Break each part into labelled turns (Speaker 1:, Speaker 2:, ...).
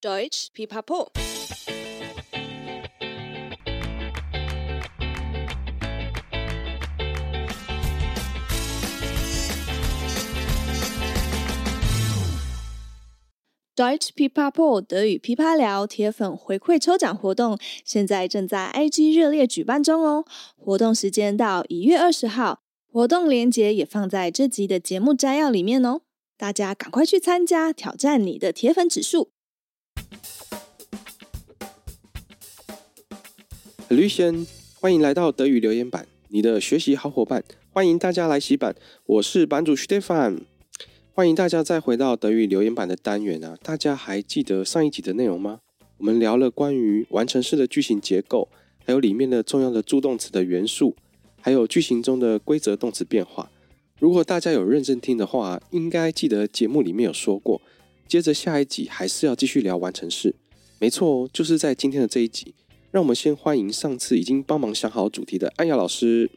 Speaker 1: Deutsch Pipapo。Deutsch Pipapo 德语噼啪聊铁粉回馈抽奖活动现在正在 IG 热烈举办中哦，活动时间到一月二十号，活动链接也放在这集的节目摘要里面哦，大家赶快去参加，挑战你的铁粉指数。
Speaker 2: Hallöchen，欢迎来到德语留言板，你的学习好伙伴。欢迎大家来洗版，我是版主 Stefan。欢迎大家再回到德语留言板的单元啊！大家还记得上一集的内容吗？我们聊了关于完成式的句型结构，还有里面的重要的助动词的元素，还有句型中的规则动词变化。如果大家有认真听的话，应该记得节目里面有说过。接着下一集还是要继续聊完成式，没错哦，就是在今天的这一集。让我们先欢迎上次已经帮忙想好主题的安雅老师。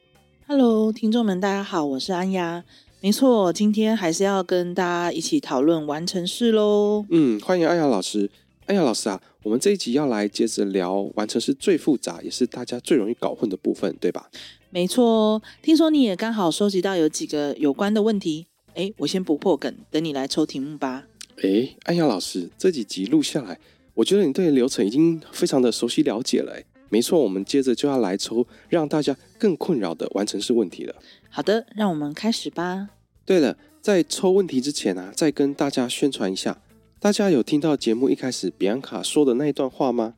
Speaker 3: Hello，听众们，大家好，我是安雅。没错，今天还是要跟大家一起讨论完成式喽。
Speaker 2: 嗯，欢迎安雅老师。安雅老师啊，我们这一集要来接着聊完成是最复杂，也是大家最容易搞混的部分，对吧？
Speaker 3: 没错，听说你也刚好收集到有几个有关的问题。哎，我先不破梗，等你来抽题目吧。
Speaker 2: 诶，安雅老师，这几集录下来，我觉得你对流程已经非常的熟悉了解了诶。没错，我们接着就要来抽让大家更困扰的完成式问题了。
Speaker 3: 好的，让我们开始吧。
Speaker 2: 对了，在抽问题之前啊，再跟大家宣传一下，大家有听到节目一开始比安卡说的那一段话吗？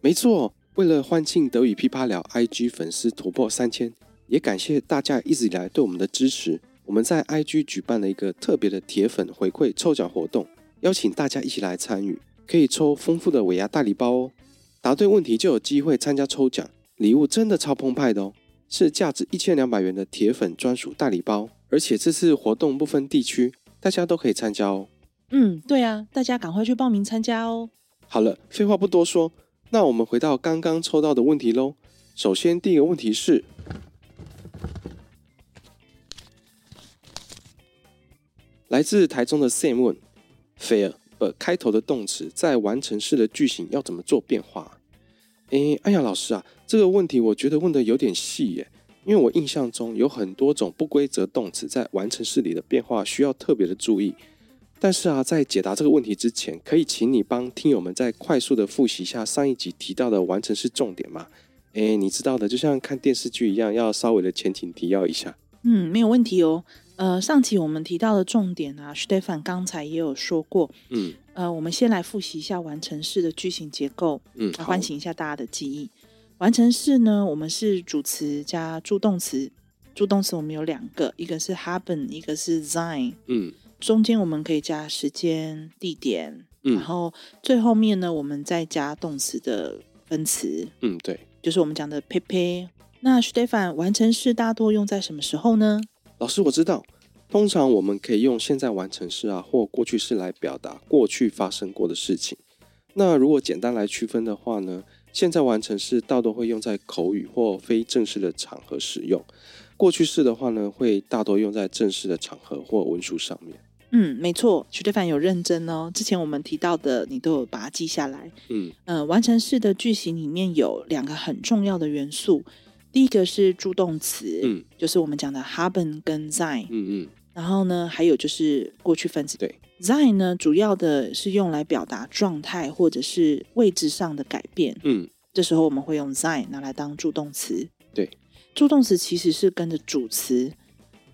Speaker 2: 没错，为了欢庆德语噼啪聊 IG 粉丝突破三千，也感谢大家一直以来对我们的支持。我们在 IG 举办了一个特别的铁粉回馈抽奖活动，邀请大家一起来参与，可以抽丰富的尾牙大礼包哦。答对问题就有机会参加抽奖，礼物真的超澎湃的哦！是价值一千两百元的铁粉专属大礼包，而且这次活动不分地区，大家都可以参加哦。
Speaker 3: 嗯，对啊，大家赶快去报名参加哦。
Speaker 2: 好了，废话不多说，那我们回到刚刚抽到的问题喽。首先第一个问题是来自台中的 Sam 问 f a i r b 开头的动词在完成式的句型要怎么做变化？诶，安雅老师啊，这个问题我觉得问的有点细耶，因为我印象中有很多种不规则动词在完成式里的变化需要特别的注意。但是啊，在解答这个问题之前，可以请你帮听友们再快速的复习一下上一集提到的完成式重点吗？诶，你知道的，就像看电视剧一样，要稍微的前情提要一下。
Speaker 3: 嗯，没有问题哦。呃，上期我们提到的重点啊，Stefan 刚才也有说过。
Speaker 2: 嗯
Speaker 3: 呃，我们先来复习一下完成式的句型结构。
Speaker 2: 嗯，
Speaker 3: 来
Speaker 2: 好
Speaker 3: 唤，醒一下大家的记忆。完成式呢，我们是主词加助动词，助动词我们有两个，一个是 happen，一个是 sein。
Speaker 2: 嗯
Speaker 3: 中间我们可以加时间、地点，然
Speaker 2: 嗯
Speaker 3: 后最后面呢，我们再加动词的分词，
Speaker 2: 嗯，对，
Speaker 3: 就是我们讲的 p e 那 Stefan 完成式大多用在什么时候呢？
Speaker 2: 老师我知道，通常我们可以用现在完成式啊或过去式来表达过去发生过的事情。那如果简单来区分的话呢，现在完成式大多会用在口语或非正式的场合使用，过去式的话呢，会大多用在正式的场合或文书上面。
Speaker 3: 嗯，没错，Stefan 有认真哦。之前我们提到的，你都有把它记下来。
Speaker 2: 嗯
Speaker 3: 呃，完成式的句型里面有两个很重要的元素，第一个是助动词，
Speaker 2: 嗯
Speaker 3: 就是我们讲的 haben 跟 sein，、
Speaker 2: 嗯嗯，
Speaker 3: 然后呢，还有就是过去分词。
Speaker 2: 对
Speaker 3: ，sein 呢，主要的是用来表达状态或者是位置上的改变，
Speaker 2: 嗯
Speaker 3: 这时候我们会用 sein 拿来当助动词。
Speaker 2: 对，
Speaker 3: 助动词其实是跟着主词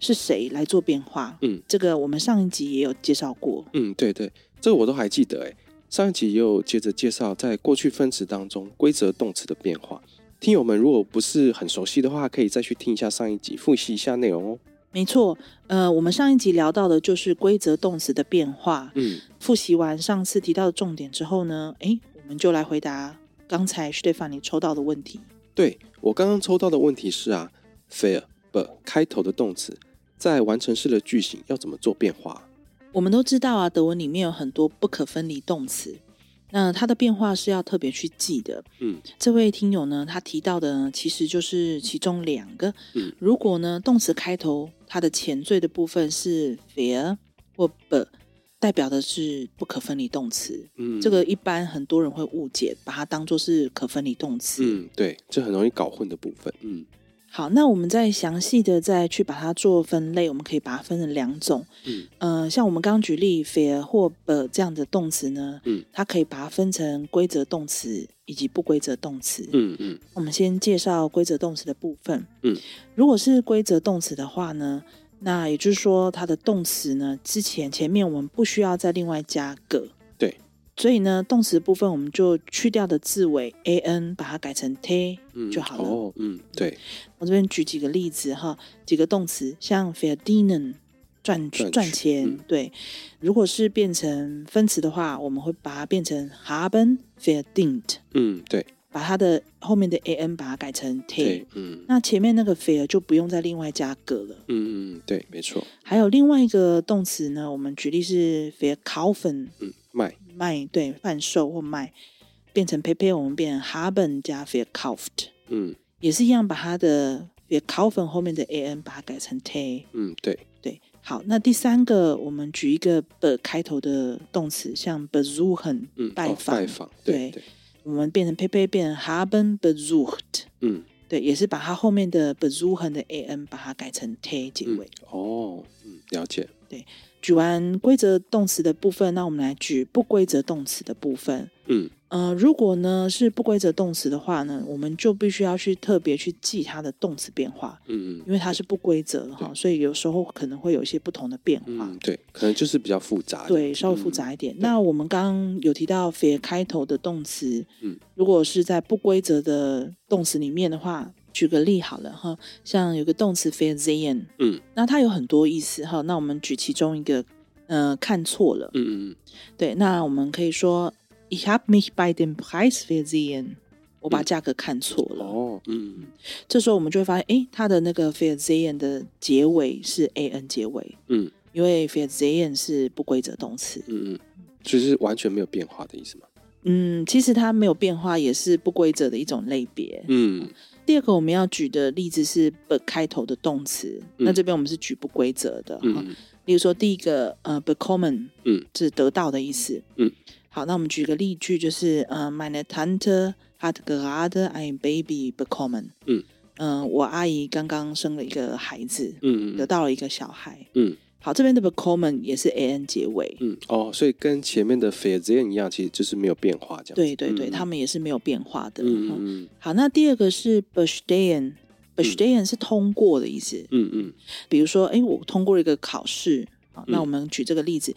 Speaker 3: 是谁来做变化，
Speaker 2: 嗯，
Speaker 3: 这个我们上一集也有介绍过。
Speaker 2: 嗯，对对，这我都还记得哎。上一集也有接着介绍，在过去分词当中规则动词的变化。听友们如果不是很熟悉的话，可以再去听一下上一集，复习一下内容哦。
Speaker 3: 没错，呃，我们上一集聊到的就是规则动词的变化。
Speaker 2: 嗯
Speaker 3: 复习完上次提到的重点之后呢，诶，我们就来回答刚才 Stefan 你抽到的问题。
Speaker 2: 对我刚刚抽到的问题是啊，fair but 开头的动词在完成式的句型要怎么做变化？啊
Speaker 3: 我们都知道啊，德文里面有很多不可分离动词，那它的变化是要特别去记的。
Speaker 2: 嗯
Speaker 3: 这位听友呢，他提到的呢，其实就是其中两个。
Speaker 2: 嗯
Speaker 3: 如果呢，动词开头它的前缀的部分是 fair 或 b，代表的是不可分离动词。
Speaker 2: 嗯，
Speaker 3: 这个一般很多人会误解，把它当做是可分离动词。
Speaker 2: 嗯，对，这很容易搞混的部分。嗯
Speaker 3: 好，那我们再详细的再去把它做分类，我们可以把它分成两种。
Speaker 2: 嗯
Speaker 3: 呃，像我们刚刚举例 fair 或 b 这样的动词呢，
Speaker 2: 嗯，
Speaker 3: 它可以把它分成规则动词以及不规则动词。
Speaker 2: 嗯嗯
Speaker 3: 我们先介绍规则动词的部分。
Speaker 2: 嗯，
Speaker 3: 如果是规则动词的话呢，那也就是说它的动词呢，之前前面我们不需要再另外加个。
Speaker 2: 对，
Speaker 3: 所以呢，动词部分我们就去掉的字尾 a n，把它改成 t
Speaker 2: 嗯，
Speaker 3: 就好了。
Speaker 2: 哦，嗯，对，
Speaker 3: 我这边举几个例子哈，几个动词，像 verdienen 赚
Speaker 2: 赚取
Speaker 3: 赚钱，
Speaker 2: 嗯
Speaker 3: 对。如果是变成分词的话，我们会把它变成 haben verdient，
Speaker 2: 嗯对
Speaker 3: 把它的后面的 an 把它改成 t。
Speaker 2: 对，嗯
Speaker 3: 那前面那个 fair 就不用再另外加个了。
Speaker 2: 嗯嗯对，没错，
Speaker 3: 还有另外一个动词呢，我们举例是 fair kaufen
Speaker 2: 嗯，卖，
Speaker 3: 卖，对，贩售或卖，变成 p a y 我们变 haben 加 fair kauft，
Speaker 2: 嗯
Speaker 3: 也是一样把它的 fair kaufen 后面的 an 把它改成 t。
Speaker 2: 嗯对，
Speaker 3: 对，好，那第三个，我们举一个 b 开头的动词，像 besuchen，、
Speaker 2: 嗯，
Speaker 3: 拜
Speaker 2: 哦
Speaker 3: 访，
Speaker 2: 拜访，对
Speaker 3: 对
Speaker 2: 对，
Speaker 3: 我们变成 p 呸，变成 haben besucht，
Speaker 2: 嗯
Speaker 3: 对，也是把它后面的 besuchen 的 an 把它改成 t 结
Speaker 2: 嗯
Speaker 3: 尾。
Speaker 2: 哦，嗯了解，
Speaker 3: 举完规则动词的部分，那我们来举不规则动词的部分。
Speaker 2: 嗯
Speaker 3: 呃，如果呢是不规则动词的话呢，我们就必须要去特别去记它的动词变化，
Speaker 2: 嗯
Speaker 3: 因为它是不规则哈，
Speaker 2: 对
Speaker 3: 所以有时候可能会有一些不同的变化。
Speaker 2: 嗯嗯对，可能就是嗯比较复杂的，
Speaker 3: 对，稍微复杂一点。那我们刚刚有提到 “fair” 开头的动词，
Speaker 2: 嗯，
Speaker 3: 如果是在不规则的动词里面的话，举个例好了哈，像有个动词 “fair zayn”，
Speaker 2: 嗯，
Speaker 3: 那它有很多意思哈。那我们举其中一个，呃，看错了，
Speaker 2: 嗯，嗯嗯
Speaker 3: 对，那我们可以说 “Ich habe mich bei dem Preis versehen”，我把
Speaker 2: 嗯
Speaker 3: 价格看错
Speaker 2: 嗯
Speaker 3: 了。
Speaker 2: 哦，嗯
Speaker 3: 这时候我们就会发现，诶，它的那个 “fair zayn” 的结尾是 “a n” 结尾，
Speaker 2: 嗯
Speaker 3: 因为 “fair zayn” 是不规则动词。
Speaker 2: 嗯嗯，就是完全没有变化的意思嘛，
Speaker 3: 嗯，其实它没有变化，也是不规则的一种类别。
Speaker 2: 嗯
Speaker 3: 第二个我们要举的例子是 “be” 开头的动词，
Speaker 2: 嗯
Speaker 3: 那这边我们是举不规则的。哈
Speaker 2: 嗯
Speaker 3: 例如说第一个呃 “bekommen”，
Speaker 2: 嗯，
Speaker 3: 是得到的意思。
Speaker 2: 嗯，
Speaker 3: 好，那我们举个例句，就是呃 “meine Tante hat gerade ein Baby bekommen”。
Speaker 2: 嗯，
Speaker 3: 嗯、我阿姨刚刚生了一个孩子，
Speaker 2: 嗯
Speaker 3: 得到了一个小孩。
Speaker 2: 嗯
Speaker 3: 好，这边的 “bekommen” 也是 “an” 结尾。
Speaker 2: 嗯哦，所以跟前面的 f a i r z e n 一样，其实就是没有变化这样子，
Speaker 3: 对对对，
Speaker 2: 嗯
Speaker 3: 他们也是没有变化的。
Speaker 2: 嗯
Speaker 3: 哈
Speaker 2: 嗯
Speaker 3: 好，那第二个是 bestehen。bestehen 是通过的意思。
Speaker 2: 嗯嗯
Speaker 3: 比如说，哎，我通过了一个考试。好，那
Speaker 2: 嗯
Speaker 3: 我们举这个例子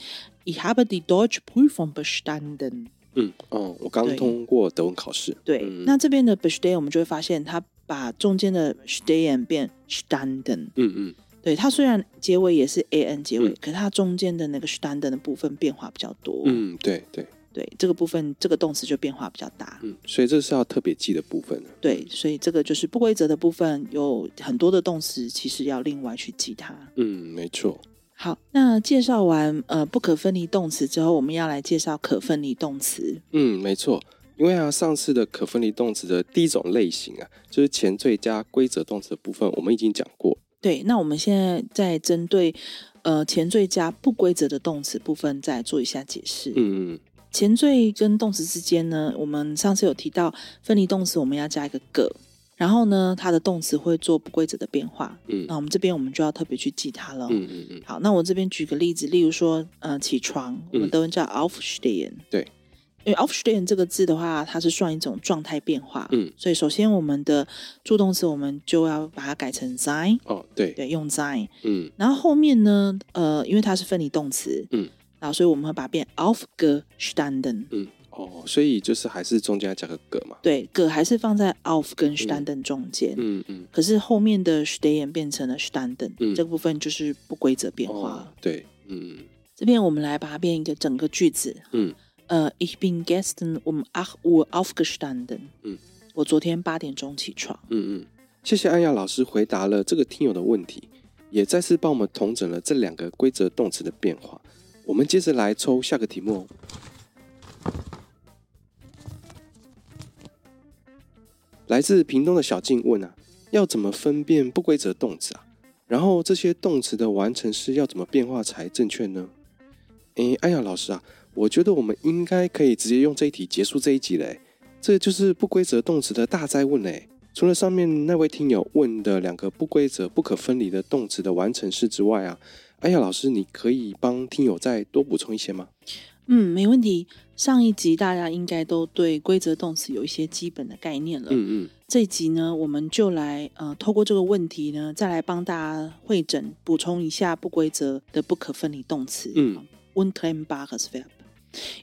Speaker 3: ，Ich habe die Deutsche Prüfung bestanden。
Speaker 2: 嗯哦，我刚
Speaker 3: 对
Speaker 2: 通过德文考试，
Speaker 3: 对，
Speaker 2: 嗯
Speaker 3: 那这边的 bestehen 我们就会发现，它把中间的 stehen 变 standen。
Speaker 2: 嗯嗯
Speaker 3: 对，它虽然结尾也是 an 结尾，
Speaker 2: 嗯
Speaker 3: 可是它中间的那个 standen 的部分变化比较多。，
Speaker 2: 嗯，对对，
Speaker 3: 对，这个部分这个动词就变化比较大。
Speaker 2: 嗯，所以这是要特别记的部分了
Speaker 3: 对，所以这个就是不规则的部分，有很多的动词其实要另外去记它。
Speaker 2: 嗯，没错，
Speaker 3: 好，那介绍完呃不可分离动词之后，我们要来介绍可分离动词。
Speaker 2: 嗯，没错。因为啊，上次的可分离动词的第一种类型啊，就是前缀加规则动词的部分，我们已经讲过。
Speaker 3: 对，那我们现在再针对呃前缀加不规则的动词部分再做一下解释。
Speaker 2: 嗯嗯
Speaker 3: 前缀跟动词之间呢，我们上次有提到分离动词我们要加一个个，然后呢它的动词会做不规则的变化。
Speaker 2: 嗯
Speaker 3: 那我们这边我们就要特别去记它了。
Speaker 2: 嗯嗯嗯
Speaker 3: 好，那我这边举个例子，例如说，呃，起床，我们
Speaker 2: 嗯
Speaker 3: 德文叫 aufstehen。
Speaker 2: 对，
Speaker 3: 因为 aufstehen 这个字的话，它是算一种状态变化。
Speaker 2: 嗯，
Speaker 3: 所以首先我们的助动词我们就要把它改成 sein，
Speaker 2: 哦，对，
Speaker 3: 对，用 sein。
Speaker 2: 嗯
Speaker 3: 然后后面呢，呃，因为它是分离动词，
Speaker 2: 嗯，
Speaker 3: 然后所以我们会把它变 aufgestanden。
Speaker 2: 嗯，哦，所以就是还是中间要加个格嘛。
Speaker 3: 对，个还是放在 auf 跟 standen 中间。
Speaker 2: 嗯嗯，
Speaker 3: 可是后面的 stehen 变成了 standen，、
Speaker 2: 嗯
Speaker 3: 这个部分就是不规则变化了
Speaker 2: 哦，对，嗯
Speaker 3: 这边我们来把它变一个整个句子。
Speaker 2: 嗯，
Speaker 3: 呃，Ich bin gestern um 8 Uhr aufgestanden。
Speaker 2: 嗯，
Speaker 3: 我昨天八点钟起床。
Speaker 2: 嗯嗯，谢谢安雅老师回答了这个听友的问题，也再次帮我们统整了这两个规则动词的变化。我们接着来抽下个题目哦。哦来自屏东的小静问啊，要怎么分辨不规则动词啊？然后这些动词的完成式要怎么变化才正确呢？诶，安雅老师啊，我觉得我们应该可以直接用这一题结束这一集嘞。这就是不规则动词的大灾问嘞。除了上面那位听友问的两个不规则不可分离的动词的完成式之外啊，安雅老师，你可以帮听友再多补充一些吗？
Speaker 3: 嗯，没问题。上一集大家应该都对规则动词有一些基本的概念了。
Speaker 2: 嗯嗯，
Speaker 3: 这一集呢，我们就来呃，透过这个问题呢，再来帮大家会诊补充一下不规则的不可分离动词，
Speaker 2: 嗯
Speaker 3: u n t r e n b a r e s Verb，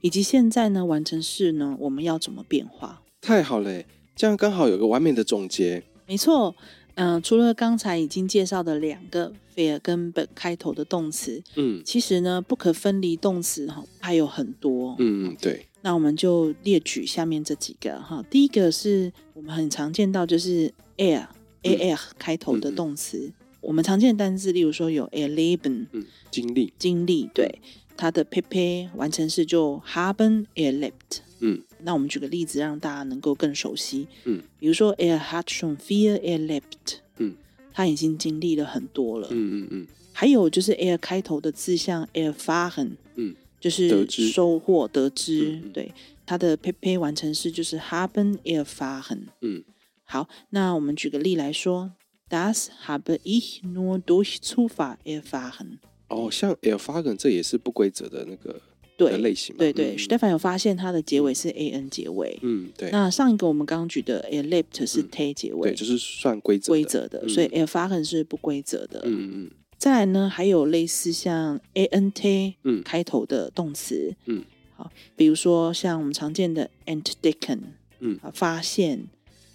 Speaker 3: 以及现在呢完成式呢，我们要怎么变化？
Speaker 2: 太好嘞，这样刚好有个完美的总结。
Speaker 3: 没错，嗯、除了刚才已经介绍的两个 ver 跟 b 开头的动词，
Speaker 2: 嗯
Speaker 3: 其实呢不可分离动词哈还有很多，
Speaker 2: 嗯嗯，对，
Speaker 3: 那我们就列举下面这几个哈。第一个是我们很常见到，就是 air、
Speaker 2: 嗯
Speaker 3: a air 开头的动词，我们常见的单字，例如说有 erleben
Speaker 2: 嗯，经历，
Speaker 3: 经历，对
Speaker 2: 嗯
Speaker 3: 它的 pp 完成式就 haben erlebt。
Speaker 2: 嗯
Speaker 3: 那我们举个例子，让大家能够更熟悉。
Speaker 2: 嗯，
Speaker 3: 比如说 er hat schon viel erlebt。
Speaker 2: 嗯，
Speaker 3: 他已经经历了很多了。
Speaker 2: 嗯嗯嗯
Speaker 3: 还有就是 air 开头的字，像 erfahren，
Speaker 2: 嗯，
Speaker 3: 就
Speaker 2: 得
Speaker 3: 是
Speaker 2: 知
Speaker 3: 收获得知，
Speaker 2: 嗯嗯
Speaker 3: 对，它的 PP 完成式就是 haben erfahren。
Speaker 2: 嗯
Speaker 3: 好，那我们举个例来说，das habe ich nur durch Zufall erfahren。
Speaker 2: 哦，像 a i r f a g e n 这也是不规则的那个的
Speaker 3: 对，
Speaker 2: 类型嘛。
Speaker 3: 对对
Speaker 2: 嗯
Speaker 3: s t e f a n 有发现它的结尾是 an 结尾。
Speaker 2: 嗯，对，
Speaker 3: 那上一个我们刚刚举的 erlebt 是
Speaker 2: 嗯
Speaker 3: t 结尾，
Speaker 2: 对，就是算规则的
Speaker 3: 规。则的，
Speaker 2: 嗯
Speaker 3: 所以 erfahren 是不规则的。
Speaker 2: 嗯嗯
Speaker 3: 再来呢，还有类似像 a n t
Speaker 2: 嗯
Speaker 3: 开头的动词，
Speaker 2: 嗯，
Speaker 3: 好，比如说像我们常见的 entdecken，
Speaker 2: 嗯
Speaker 3: 啊，发现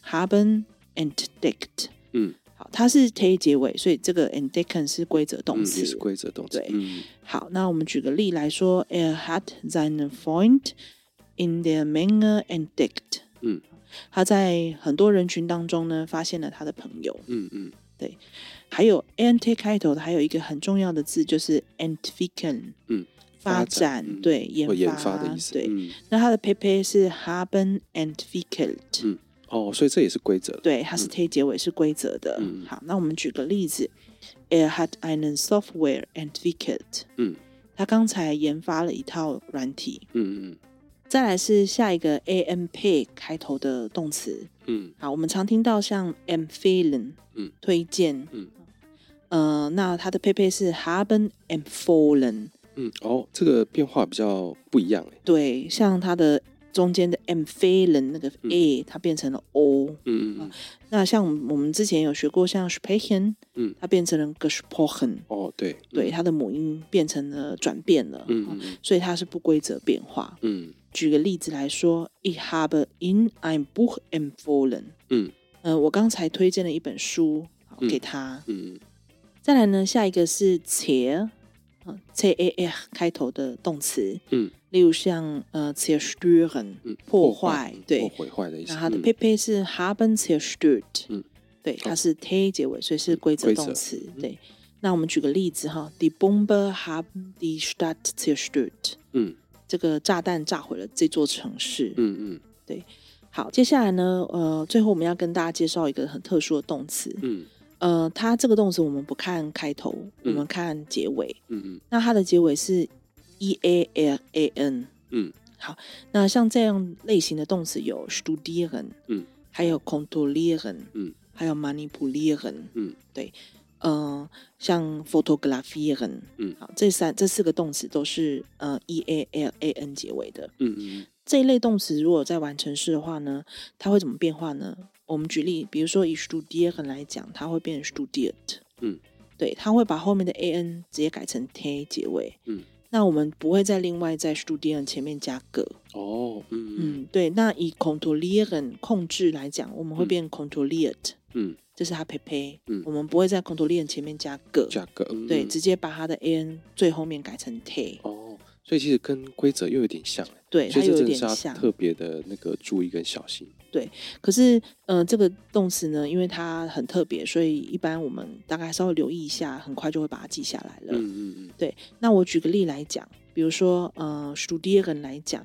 Speaker 3: haben entdeckt，
Speaker 2: 嗯
Speaker 3: 好，它是 t 结尾，所以这个 entdecken 是规则动
Speaker 2: 嗯，
Speaker 3: 词。
Speaker 2: 也是规则动词
Speaker 3: 对。
Speaker 2: 嗯
Speaker 3: 好，那我们举个例来说，er hat seinen Freund in der Menge entdeckt，
Speaker 2: 嗯，
Speaker 3: 他在很多人群当中呢，发现了他的朋友。
Speaker 2: 嗯嗯
Speaker 3: 还有 nt 开头的，还有一个很重要的字就是 entwickeln，
Speaker 2: 嗯，
Speaker 3: 发
Speaker 2: 发
Speaker 3: 展，
Speaker 2: 展嗯
Speaker 3: 对，
Speaker 2: 或
Speaker 3: 研
Speaker 2: 研发的意思。
Speaker 3: 对，
Speaker 2: 嗯
Speaker 3: 那它的 pp 是 haben entwickelt，、
Speaker 2: 嗯哦，所以这也是规则的。
Speaker 3: 对，它是 t 结尾是规则的。
Speaker 2: 嗯嗯
Speaker 3: 好，那我们举个例子，er hat einen Software entwickelt，
Speaker 2: 嗯
Speaker 3: 他刚才研发了一套软体。
Speaker 2: 嗯嗯
Speaker 3: 再来是下一个 amp 开头的动词，
Speaker 2: 嗯
Speaker 3: 好，我们常听到像 empfehlen，
Speaker 2: 嗯
Speaker 3: 推荐，
Speaker 2: 嗯，
Speaker 3: 呃，那它的配配是 haben empfohlen，
Speaker 2: 嗯，哦，这个变化比较不一样哎。
Speaker 3: 对，像它的中间的 empfehlen 那个
Speaker 2: 嗯
Speaker 3: a，、它变成了 o。
Speaker 2: 嗯嗯嗯，
Speaker 3: 那像我们之前有学过，像 sprechen，
Speaker 2: 嗯
Speaker 3: 它变成了 gesprochen，
Speaker 2: 哦对
Speaker 3: 对，
Speaker 2: 嗯
Speaker 3: 它的母音变成了转变了，
Speaker 2: 嗯
Speaker 3: 啊
Speaker 2: 嗯嗯
Speaker 3: 所以它是不规则变化。
Speaker 2: 嗯
Speaker 3: 举个例子来说，ich habe in ein Buch empfohlen，
Speaker 2: 嗯
Speaker 3: 呃，我刚才推荐了一本书好
Speaker 2: 嗯
Speaker 3: 给他，
Speaker 2: 嗯
Speaker 3: 再来呢，下一个是 “tear”，啊，t a r 开头的动词，
Speaker 2: 嗯
Speaker 3: 例如像呃 “zerstören”，
Speaker 2: 嗯，
Speaker 3: 破坏，
Speaker 2: 或
Speaker 3: 对，
Speaker 2: 毁坏的意思。
Speaker 3: 那它的
Speaker 2: 嗯
Speaker 3: PP 是 “haben zerstört”，
Speaker 2: 嗯，
Speaker 3: 对，它是 t 结尾，所以是规则
Speaker 2: 规则
Speaker 3: 动词，
Speaker 2: 嗯
Speaker 3: 对。那我们举个例子哈，“Die Bombe haben die Stadt zerstört”，
Speaker 2: 嗯
Speaker 3: 这个炸弹炸毁了这座城市。
Speaker 2: 嗯嗯
Speaker 3: 好，接下来呢，呃，最后我们要跟大家介绍一个很特殊的动词，
Speaker 2: 嗯
Speaker 3: 呃，它这个动词我们不看开头，我
Speaker 2: 嗯
Speaker 3: 们看结尾。
Speaker 2: 嗯
Speaker 3: 那它的结尾是 e a l a n。
Speaker 2: 嗯
Speaker 3: 那像这样类型的动词有 studieren，
Speaker 2: 嗯，
Speaker 3: 还有 kontrollieren，
Speaker 2: 嗯，
Speaker 3: 还有 manipulieren，
Speaker 2: 嗯，
Speaker 3: 对，呃，像 fotografieren，
Speaker 2: 嗯
Speaker 3: 好，这三这四个动词都是呃 e a l a n 结尾的。
Speaker 2: 嗯嗯
Speaker 3: 这一类动词如果在完成式的话呢，它会怎么变化呢？我们举例，比如说以 studieren 来讲，它会变成 studiert，
Speaker 2: 嗯，
Speaker 3: 对，它会把后面的 a n 直接改成 t 结尾，
Speaker 2: 嗯，
Speaker 3: 那我们不会再另外在 studieren 前面加个，
Speaker 2: 哦嗯
Speaker 3: 嗯，对。那以 controllieren 控制来讲，我们会
Speaker 2: 嗯
Speaker 3: 变 controlliert，
Speaker 2: 嗯
Speaker 3: 这是它 p p，
Speaker 2: 嗯
Speaker 3: 我们不会在 controllieren 前面加个，
Speaker 2: 价格嗯
Speaker 3: 对，
Speaker 2: 嗯
Speaker 3: 直接把它的 a n 最后面改成 t，
Speaker 2: 哦，所以其实跟规则又有点像哎。
Speaker 3: 对，
Speaker 2: 所
Speaker 3: 它
Speaker 2: 以这
Speaker 3: 有
Speaker 2: 真的
Speaker 3: 点
Speaker 2: 是要
Speaker 3: 像。
Speaker 2: 特别的那个注意跟小心。
Speaker 3: 可是，呃，这个动词呢，因为它很特别，所以一般我们大概稍微留意一下，很快就会把它记下来了。
Speaker 2: 嗯嗯
Speaker 3: 那我举个例来讲，比如说，呃，studieren 来讲，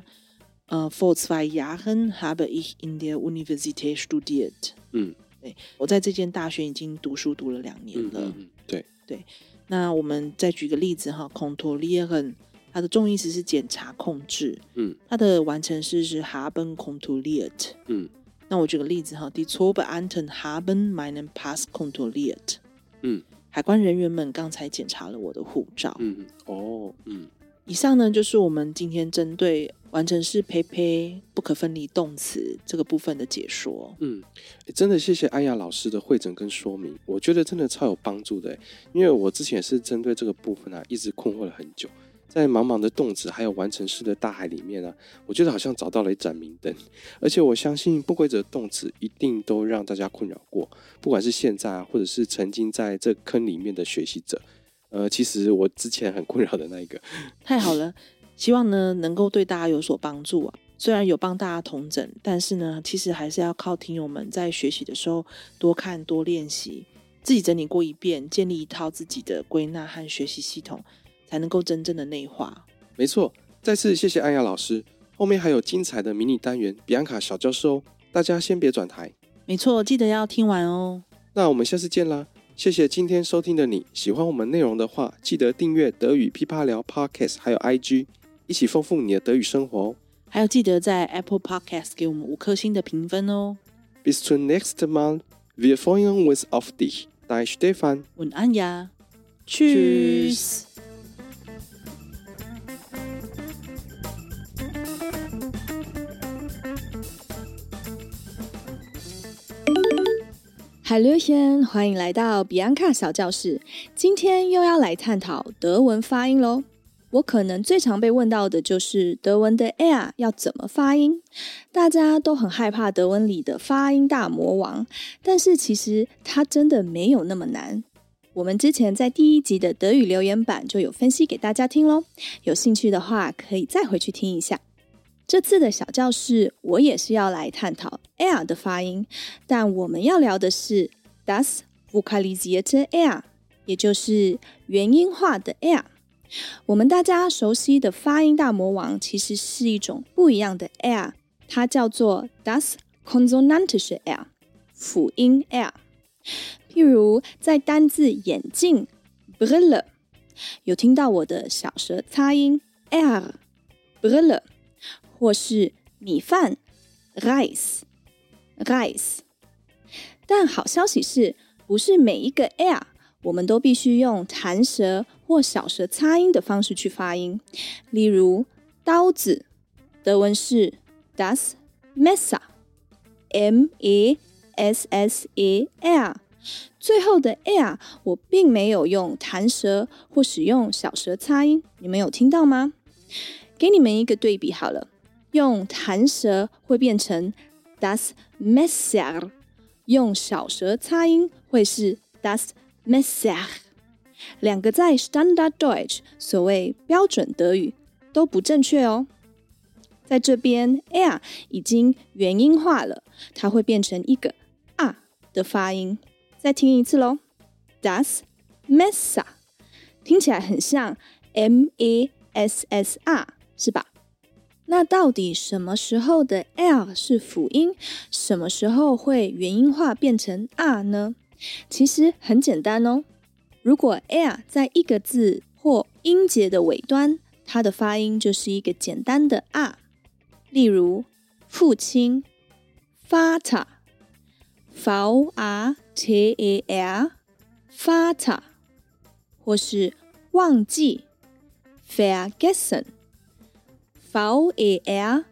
Speaker 3: 呃，vor zwei Jahren habe ich in der Universität studiert。
Speaker 2: 嗯
Speaker 3: 对，我在这间大学已经读书读了两年
Speaker 2: 嗯
Speaker 3: 了。
Speaker 2: 嗯嗯，对，
Speaker 3: 那我们再举个例子哈 c o n t r o l l i e r e n 它它的重义词是检查控制，
Speaker 2: 嗯
Speaker 3: 它的完成式是 haben kontrolliert。
Speaker 2: 嗯
Speaker 3: 那我举个例子哈，Die Zollbeamten haben meinen Pass kontrolliert。
Speaker 2: 嗯，
Speaker 3: 海关人员们刚才检查了我的护照。
Speaker 2: 嗯，哦，嗯
Speaker 3: 以上呢，就是我们今天针对完成式胚胚不可分离动词这个部分的解说。
Speaker 2: 嗯，诶真的谢谢安雅老师的会诊跟说明，我觉得真的超有帮助的诶，欸因为我之前也是针对这个部分啊，一直困惑了很久。在茫茫的动词还有完成式的大海里面呢、啊我觉得好像找到了一盏明灯。而且我相信不规则动词一定都让大家困扰过，不管是现在啊，或者是曾经在这坑里面的学习者。呃，其实我之前很困扰的那一个，
Speaker 3: 太好了，希望呢能够对大家有所帮助啊。虽然有帮大家统整，但是呢，其实还是要靠听友们在学习的时候多看多练习，自己整理过一遍，建立一套自己的归纳和学习系统，才能够真正的内化。
Speaker 2: 没错，再次谢谢安雅老师，后面还有精彩的迷你单元比安卡小教室哦，大家先别转台。
Speaker 3: 没错，记得要听完哦。
Speaker 2: 那我们下次见啦！谢谢今天收听的你，喜欢我们内容的话，记得订阅德语噼啪聊 Podcast，还有 IG，一起丰富你的德语生活哦。
Speaker 3: 还有记得在 Apple Podcast 给我们五颗星的评分哦。
Speaker 2: Bis zum nächsten Mal, wir freuen uns auf dich. Dein Stefan.
Speaker 3: 晚安呀
Speaker 2: Tschüss
Speaker 3: ，Cheers。
Speaker 1: Hallöchen，欢迎来到比安卡小教室。今天又要来探讨德文发音喽。我可能最常被问到的就是德文的 air 要怎么发音。大家都很害怕德文里的发音大魔王，但是其实它真的没有那么难。我们之前在第一集的德语留言版就有分析给大家听喽，有兴趣的话可以再回去听一下。这次的小教室，我也是要来探讨 air 的发音，但我们要聊的是 das vocalisierte air，也就是元音化的 air。我们大家熟悉的发音大魔王其实是一种不一样的 air，它叫做 das consonantische air，辅音 air。譬如在单字眼镜 brille，有听到我的小舌擦音 air brille，或是米饭 rice。rice。但好消息是，不是每一个 air 我们都必须用弹舌或小舌擦音的方式去发音。例如，刀子，德文是 das Messer，M E S S E R。最后的 air 我并没有用弹舌或使用小舌擦音，你们有听到吗？给你们一个对比好了，用弹舌会变成 das Messer，用小舌擦音会是 das Messer。两个在 Standard Deutsch 所谓标准德语都不正确哦。在这边，air 已经元音化了，它会变成一个啊的发音。再听一次喽，das Messer，听起来很像 M A S S R 是吧？那到底什么时候的 l 是辅音，什么时候会元音化变成 r 呢？其实很简单哦。如果 l 在一个字或音节的尾端，它的发音就是一个简单的 r。例如，父亲 （father）、v a t e r、father，或是忘记 （vergessen）。v a r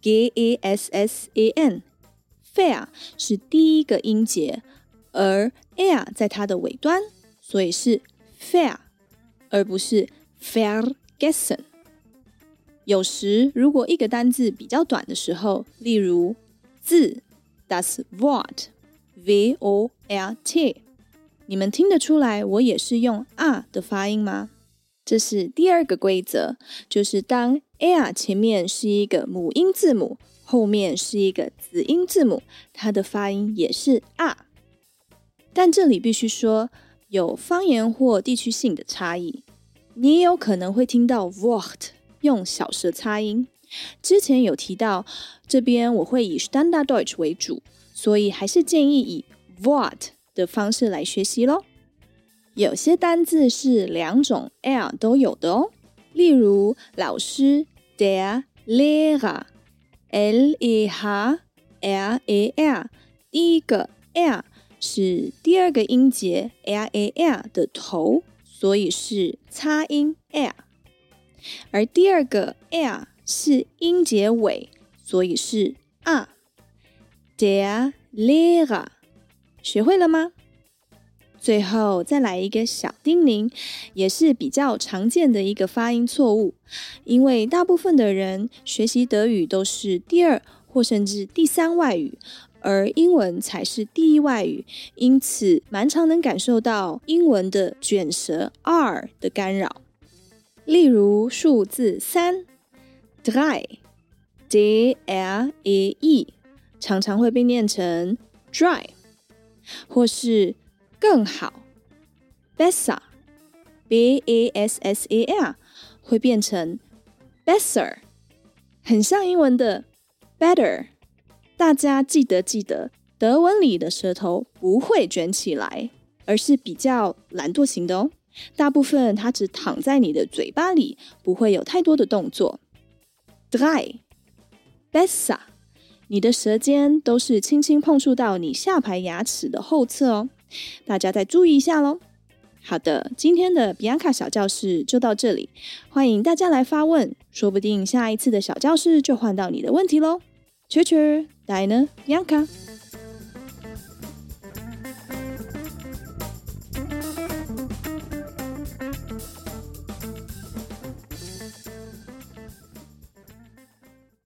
Speaker 1: g a s s a n。fair 是第一个音节，而 air 在它的尾端，所以是 fair，而不是 vergessen。有时如果一个单字比较短的时候，例如字 das Wort v o l t，你们听得出来我也是用 r 的发音吗？这是第二个规则，就是当 air 前面是一个母音字母，后面是一个子音字母，它的发音也是 r。但这里必须说，有方言或地区性的差异，你也有可能会听到 wort 用小舌擦音。之前有提到，这边我会以 Standard Deutsch 为主，所以还是建议以 wort 的方式来学习喽。有些单字是两种 l 都有的哦，例如老师 der Lehrer L E H R A R，第一个 R 是第二个音节 L A R 的头，所以是擦音 R，而第二个 R 是音节尾，所以是 R。der Lehrer，学会了吗？最后再来一个小叮咛，也是比较常见的一个发音错误，因为大部分的人学习德语都是第二或甚至第三外语，而英文才是第一外语，因此蛮常能感受到英文的卷舌 r 的干扰。例如数字三 dry，d r e e，常常会被念成 dry，或是更好 besser，b a s s a r，会变成 besser，很像英文的 better。大家记得记得，德文里的舌头不会卷起来，而是比较懒惰型的哦。大部分它只躺在你的嘴巴里，不会有太多的动作。Dry, bessa，你的舌尖都是轻轻碰触到你下排牙齿的后侧哦，大家再注意一下喽。好的，今天的比安卡小教室就到这里，欢迎大家来发问，说不定下一次的小教室就换到你的问题喽。c h e e r c h e e r d i n a Bianca。